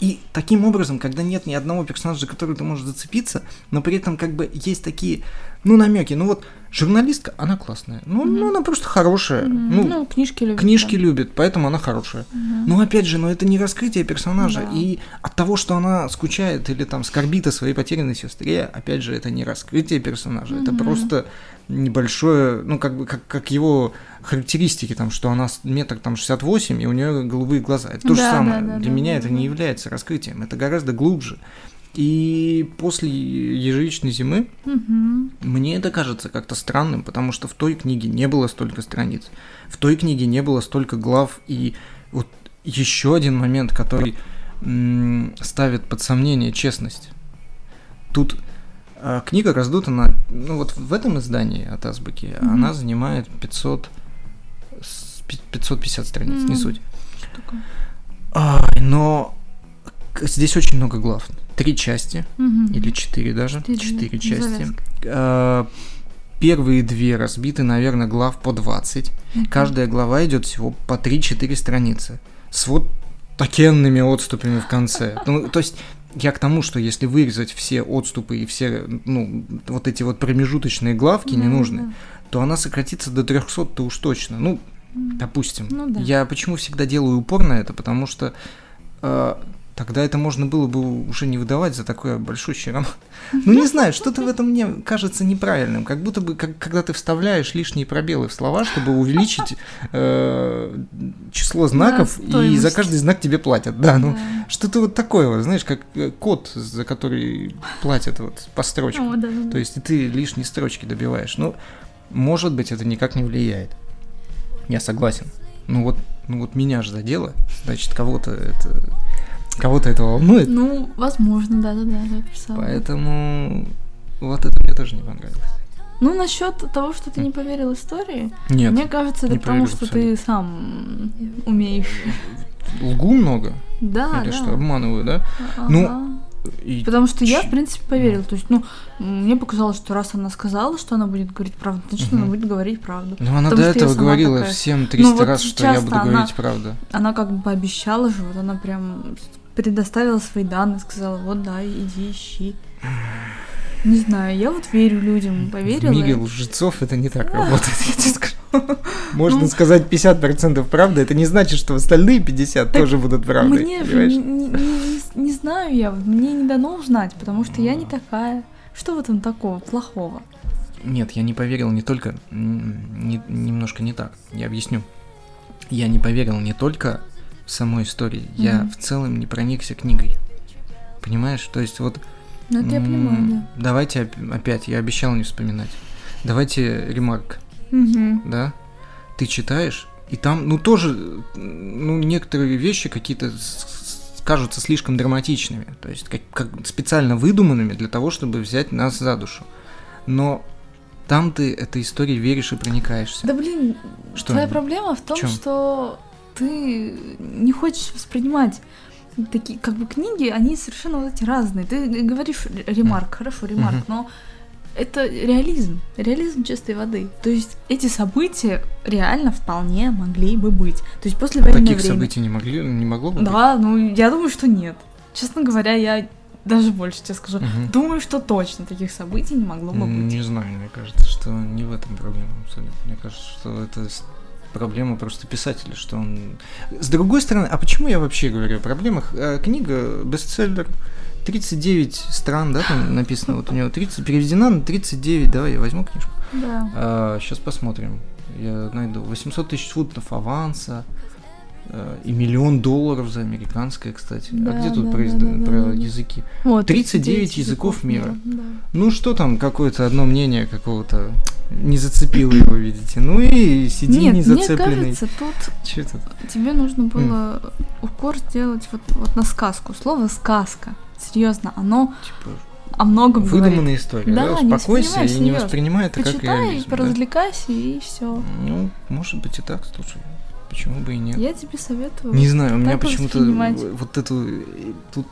B: И таким образом, когда нет ни одного персонажа, за который ты можешь зацепиться, но при этом как бы есть такие, ну, намеки. Ну вот, журналистка, она классная. Ну,
A: Мгм.
B: ну, она просто хорошая.
A: М,
B: Ну,
A: Ну, книжки любят.
B: книжки любит, поэтому она хорошая. Но опять же, ну это не раскрытие персонажа.
A: Да.
B: И от того, что она скучает или там скорбит о своей потерянной сестре, опять же, это не раскрытие персонажа. Это
A: Мгм.
B: просто небольшое, ну как бы как, как его характеристики, там, что она с- метр там 68 и у нее голубые глаза. Это то же
A: Да,
B: самое.
A: да, да,
B: Для
A: да,
B: меня
A: да,
B: это
A: да.
B: не является раскрытием. Это гораздо глубже. И после ежевичной зимы
A: Мгм.
B: мне это кажется как-то странным, потому что в той книге не было столько страниц, в той книге не было столько глав, и вот еще один момент, который м, ставит под сомнение честность. Тут э, книга раздута на... Ну вот в этом издании от Азбуки
A: Мгм.
B: она занимает 500, с- пи- 550 страниц, не
A: Мгм.
B: суть.
A: Что такое?
B: Ай, но к- здесь очень много глав. Три части,
A: Мгм.
B: или четыре даже,
A: Четыре,
B: четыре
A: ну,
B: части.
A: завязка.
B: Э, Первые две разбиты, наверное, глав по 20.
A: Мгм.
B: Каждая глава идет всего по 3-4 страницы. С вот такенными отступами в конце. Ну, то есть я к тому, что если вырезать все отступы и все, ну, вот эти вот промежуточные главки
A: Да,
B: ненужные,
A: да.
B: то она сократится до 300-то уж точно. Ну, допустим.
A: Ну да.
B: Я почему всегда делаю упор на это? Потому что э, тогда это можно было бы уже не выдавать за такой большущий роман. Ну, не знаю, что-то в этом мне кажется неправильным. Как будто бы, как- когда ты вставляешь лишние пробелы в слова, чтобы увеличить э, число знаков, и
A: стоимость.
B: за каждый знак тебе платят. Да, ну,
A: Да.
B: что-то вот такое, вот, знаешь, как э, кот, за который платят вот по строчкам.
A: О, да, да, да.
B: То есть и ты лишние строчки добиваешь. Ну, может быть, это никак не влияет. Я согласен. Ну вот, ну вот меня же задело. Значит, кого-то это, кого-то это волнует.
A: Ну, возможно, да, да, да, я писала.
B: Поэтому вот это мне тоже не понравилось.
A: Ну, насчет того, что ты не поверил истории,
B: Нет,
A: мне кажется, это
B: не
A: потому,
B: поверил
A: что ты сам умеешь.
B: лгу много
A: А, Да,
B: или
A: да.
B: что, обманываю, да?
A: Ага.
B: Ну, И
A: Потому что я,
B: Ч-
A: в принципе, поверила. То есть, ну, м, мне показалось, что раз она сказала, что она будет говорить правду, значит, она
B: Мгм.
A: будет говорить правду.
B: ну, она
A: потому
B: до
A: что я
B: этого
A: сама
B: говорила
A: такая. Ну
B: всем 300
A: вот
B: раз, что я
A: часто
B: буду
A: она-
B: говорить правду.
A: Она как бы пообещала же, вот она прям с- предоставила свои данные, сказала, вот да, иди ищи. Не знаю, я вот верю людям, поверила. А.
B: В мире лжецов это не так работает, я тебе скажу.
A: <laughs> Ну.
B: Можно сказать 50% правда, это не значит, что остальные 50 тоже будут правдой.
A: Мне же
B: понимаешь?
A: не, не- не- не знаю я, вот мне не дано узнать, потому что я не такая. Что в этом такого плохого?
B: Нет, я не поверил не только... м, не- немножко не так, я объясню. Я не поверил не только в самой истории, я
A: Мгм.
B: в целом не проникся книгой. Понимаешь? То есть вот...
A: Ну, это я
B: м,
A: понимаю, да.
B: Давайте оп- опять, я обещал не вспоминать. Давайте ремарк.
A: Мгм.
B: да, ты читаешь, и там, ну, тоже, э, ну, некоторые вещи какие-то с- с- кажутся слишком драматичными, то есть как, как специально выдуманными для того, чтобы взять нас за душу. Но там ты этой истории веришь и проникаешься.
A: Да блин,
B: Что?
A: твоя проблема в том,
B: Чём?
A: что ты не хочешь воспринимать такие, как бы книги, они совершенно вот эти разные. Ты говоришь р- ремарк, хорошо, ремарк,
B: Мгм.
A: но это реализм, реализм чистой воды. То есть эти события реально вполне могли бы быть. То есть после
B: Таких
A: время.
B: событий не, могли, не могло бы быть?
A: Да, ну я думаю, что нет. Честно говоря, я даже больше тебе скажу.
B: Мгм.
A: Думаю, что точно таких событий не могло бы
B: М,
A: быть.
B: Не знаю, мне кажется, что не в этом проблема абсолютно. Мне кажется, что это с- проблема просто писателя, что он... С другой стороны, а почему я вообще говорю о проблемах? Э, Книга, бестселлер, 39 стран, да, там написано, вот у него 30, переведена на 39, давай я возьму книжку.
A: Да.
B: сейчас А, посмотрим, я найду. 800 тысяч фунтов аванса, э, и миллион долларов за американское, кстати.
A: Да,
B: а где тут
A: да,
B: про,
A: да,
B: изда-
A: да,
B: про
A: да, да.
B: языки?
A: Вот,
B: 39 языков мира.
A: Да.
B: Ну что там, какое-то одно мнение какого-то не зацепило его, видите. Ну и сиди
A: Нет,
B: не
A: мне
B: зацепленный.
A: кажется, тут
B: Чё это?
A: тебе нужно было укор сделать вот, вот на сказку. Слово сказка, серьезно, оно
B: Типа,
A: о многом говорит.
B: выдуманная история.
A: Да,
B: да?
A: не
B: Успокойся
A: воспринимай
B: и не
A: всерьёз.
B: воспринимай это как
A: Почитай,
B: реализм. да.
A: поразвлекайся и все.
B: Ну, может быть и так, слушай. Почему бы и нет?
A: Я тебе советую.
B: Не знаю, у меня
A: так
B: почему-то
A: воспринимать.
B: в- вот эту... э, Тут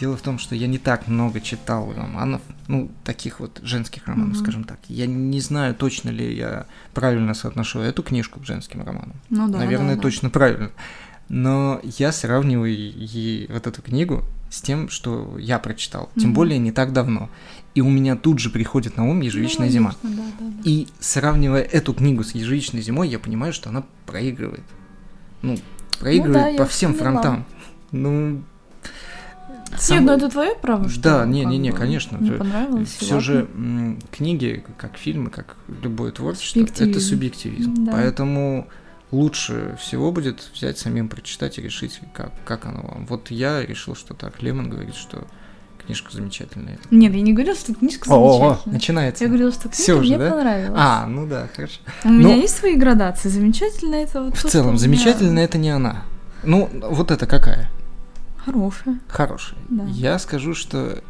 B: дело в том, что я не так много читал романов, ну, таких вот женских романов,
A: Мгм.
B: скажем так. Я не знаю, точно ли я правильно соотношу эту книжку к женским романам.
A: Ну да,
B: Наверное,
A: да, да.
B: точно правильно. Но я сравниваю и вот эту книгу с тем, что я прочитал. Тем
A: Мгм.
B: более не так давно. И у меня тут же приходит на ум ежевичная
A: Ну,
B: зима.
A: логично, Да, да, да.
B: И сравнивая эту книгу с ежевичной зимой, я понимаю, что она проигрывает. Ну, проигрывает
A: да, я
B: по всем
A: поняла.
B: фронтам. Ну.
A: Нет, ну это твое право, что
B: Да, не-
A: как
B: не- не,
A: бы,
B: конечно,
A: Не
B: это
A: понравилось. и
B: Все
A: ладно.
B: Э, же м, книги, как фильмы, как любое творчество, это
A: Субъективизм.
B: субъективизм.
A: Да.
B: Поэтому лучше всего будет взять самим прочитать и решить, как, как оно вам. Вот я решил, что так. Лемон говорит, что книжку замечательную.
A: Нет, я не говорила, что книжка
B: О,
A: замечательная.
B: начинается.
A: Я говорила, что книга
B: Всё уже,
A: мне
B: да?
A: понравилась.
B: А, ну да, хорошо.
A: У меня
B: ну-
A: есть свои градации. Замечательно это вот.
B: В
A: то,
B: целом,
A: что у меня
B: замечательно это не она. Ну, вот это какая?
A: Хорошее.
B: Хорошая.
A: Да.
B: Я скажу, что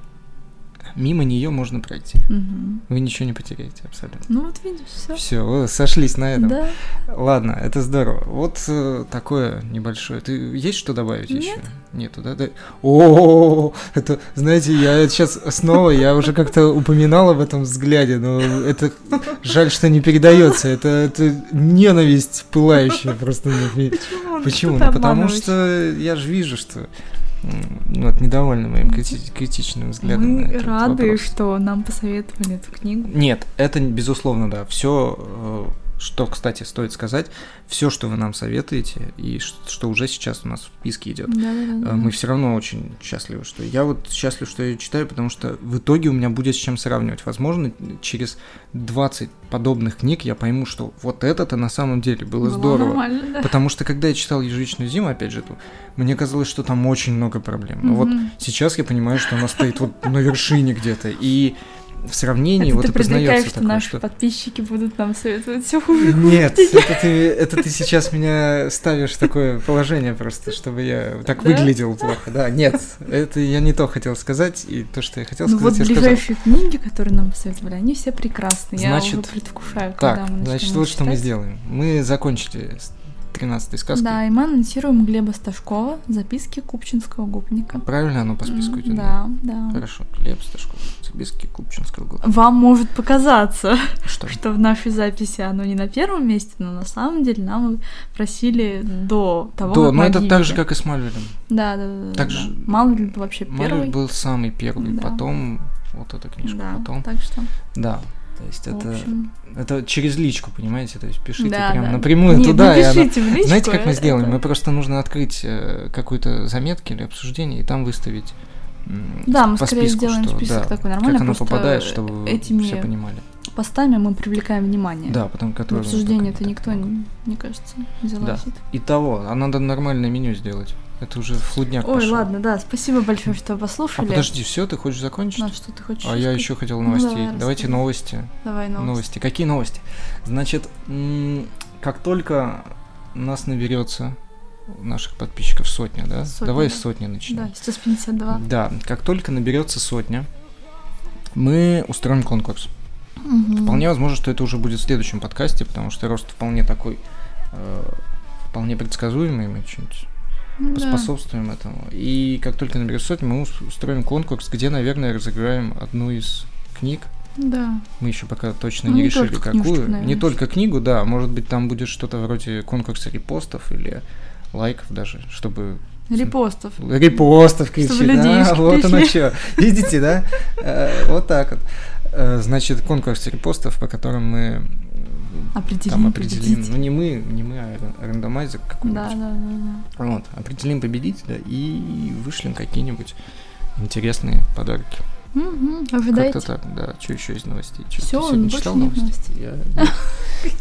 B: мимо нее можно пройти.
A: Мгм.
B: Вы ничего не потеряете абсолютно.
A: Ну вот видишь, все.
B: Все, вы сошлись на этом.
A: Да.
B: Ладно, это здорово. Вот э, такое небольшое. Ты есть что добавить
A: Нет.
B: еще? Нету, да? Да. О, это, знаете, я сейчас снова, я уже как-то упоминал об этом взгляде, но это жаль, что не передается. Это, это ненависть пылающая просто.
A: Почему?
B: Почему?
A: Что ты
B: Ну, потому
A: обманываешь?
B: что я же вижу, что м, ну, вот недовольны моим крити- критичным взглядом. на
A: Мы
B: этот
A: рады,
B: вопрос.
A: что нам посоветовали эту книгу.
B: Нет, это н- безусловно, да. Все, что, кстати, стоит сказать, все, что вы нам советуете, и ш- что уже сейчас у нас в списке идет,
A: Да-да-да.
B: э, мы все равно очень счастливы, что я вот счастлив, что я её читаю, потому что в итоге у меня будет с чем сравнивать. Возможно, через 20 подобных книг я пойму, что вот это-то на самом деле было,
A: Было
B: здорово.
A: нормально, да.
B: Потому что когда я читал «Ежевичную зиму», опять же, ту, мне казалось, что там очень много проблем. Но Ну вот
A: Мгм.
B: сейчас я понимаю, что она стоит вот на вершине где-то. И в сравнении
A: Это
B: вот
A: ты
B: и познается
A: предрекаешь, что
B: такое,
A: наши
B: что...
A: подписчики будут нам советовать все хуже.
B: Нет, это ты, это ты сейчас меня ставишь в такое положение просто, чтобы я так
A: Да?
B: выглядел плохо. Да, нет, это я не то хотел сказать, и то, что я хотел
A: Ну вот
B: сказать, я сказал.
A: ближайшие книги, которые нам посоветовали, они все прекрасны. Я уже
B: Значит,
A: предвкушаю, когда
B: Так,
A: мы начнем
B: значит,
A: их
B: вот что мы
A: читать.
B: сделаем. Мы закончили с 13-й сказкой.
A: Да, и мы анонсируем Глеба Сташкова «Записки купчинского гупника».
B: Правильно оно по списку
A: М,
B: идет?
A: Да, да.
B: Хорошо, Глеб Сташков, Цибиски, Купчинского года.
A: Вам может показаться,
B: А Что? ж,
A: что в нашей записи оно не на первом месте, но на самом деле нам просили до того,
B: Да,
A: как
B: но
A: мы
B: это так же,
A: объявили.
B: как и с Малюлем.
A: Да, да, да, да.
B: Так
A: да.
B: же-
A: Мало ли это вообще первый.
B: Малюль был самый первый,
A: Да.
B: потом вот эта книжка,
A: да,
B: потом...
A: так что,
B: Да, то есть
A: в
B: это,
A: общем,
B: это через личку, понимаете, то есть пишите
A: да,
B: прям
A: да.
B: напрямую
A: Не,
B: туда. Ну, и
A: не
B: она-
A: пишите в личку,
B: <laughs> Знаете, как мы сделаем?
A: это-
B: Мы просто нужно открыть э, какую-то заметки или обсуждение и там выставить м,
A: Да, мы
B: по
A: скорее
B: списку,
A: сделаем
B: что,
A: список
B: да,
A: такой нормальный,
B: как оно
A: просто
B: попадает, чтобы
A: этими
B: все понимали.
A: Постами мы привлекаем внимание.
B: Да, потом
A: В
B: которые...
A: обсуждение-то никто, не- мне кажется, не залазит.
B: Итого, а надо нормальное меню сделать. Это уже флудняк
A: Ой,
B: пошёл.
A: ладно, да, спасибо большое, что
B: А
A: послушали.
B: подожди, все, ты хочешь закончить?
A: На что ты хочешь?
B: А я
A: сказать?
B: еще хотел
A: Ну,
B: новостей.
A: давай,
B: Давайте
A: расскажи.
B: новости.
A: Давай
B: новости.
A: новость.
B: Какие новости? Значит, м, как только нас наберется наших подписчиков сотня, да?
A: Сотня,
B: Давай
A: да.
B: с сотни начнем.
A: Да, сейчас 52.
B: Да, как только наберется сотня, мы устроим конкурс.
A: Мгм.
B: Вполне возможно, что это уже будет в следующем подкасте, потому что рост вполне такой, э, вполне предсказуемый, мы чуть
A: Ну да.
B: поспособствуем этому. И как только наберется сотня, мы ус- устроим конкурс, где, наверное, разыграем одну из книг.
A: Да.
B: Мы еще пока точно
A: Ну,
B: не,
A: не
B: решили,
A: только
B: какую.
A: книжечку, наверное.
B: Не только книгу, да. Может быть, там будет что-то вроде конкурса репостов или лайков даже, чтобы
A: Репостов.
B: репостов кричи,
A: Чтобы
B: да,
A: людишки
B: <laughs> вот оно
A: пришли.
B: что. Видите, да? Э, Вот так вот. Э, Значит, конкурс репостов, по которым мы м,
A: Определим.
B: там определим,
A: победителя.
B: ну не мы, не мы, а ра- рандомайзер
A: Да,
B: какой-нибудь.
A: да, да,
B: Вот, определим победителя и вышлем какие-нибудь интересные подарки.
A: да. Мгм,
B: Как-то
A: Ожидайте.
B: так, да. Что еще из новостей? Чё,
A: Всё,
B: ты сегодня
A: больше
B: читал
A: нет
B: новости?
A: <laughs>
B: Я,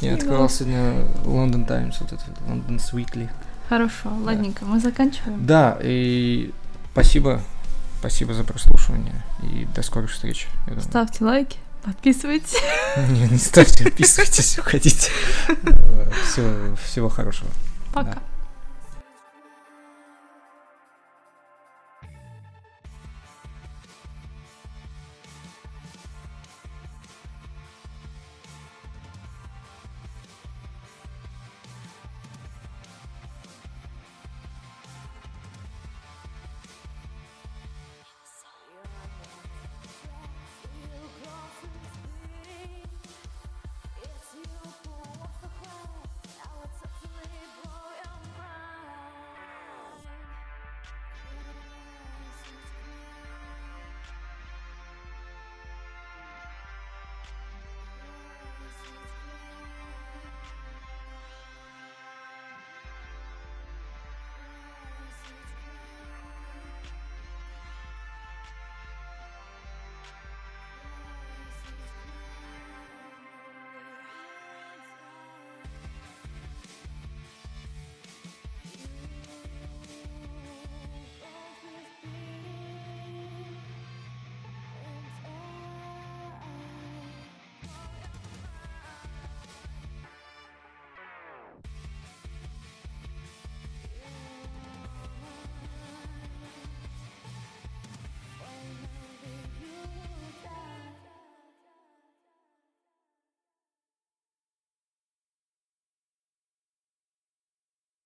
B: не- я открывал
A: новости?
B: сегодня London Times, вот этот London Weekly.
A: Хорошо, ладненько, мы заканчиваем.
B: Да, и спасибо. Спасибо за прослушивание. И до скорых встреч. я думаю.
A: Ставьте лайки, подписывайтесь.
B: <laughs> Не,
A: <laughs>
B: не ставьте, подписывайтесь, уходите. Э, всё, Всего хорошего.
A: Пока.
B: Да.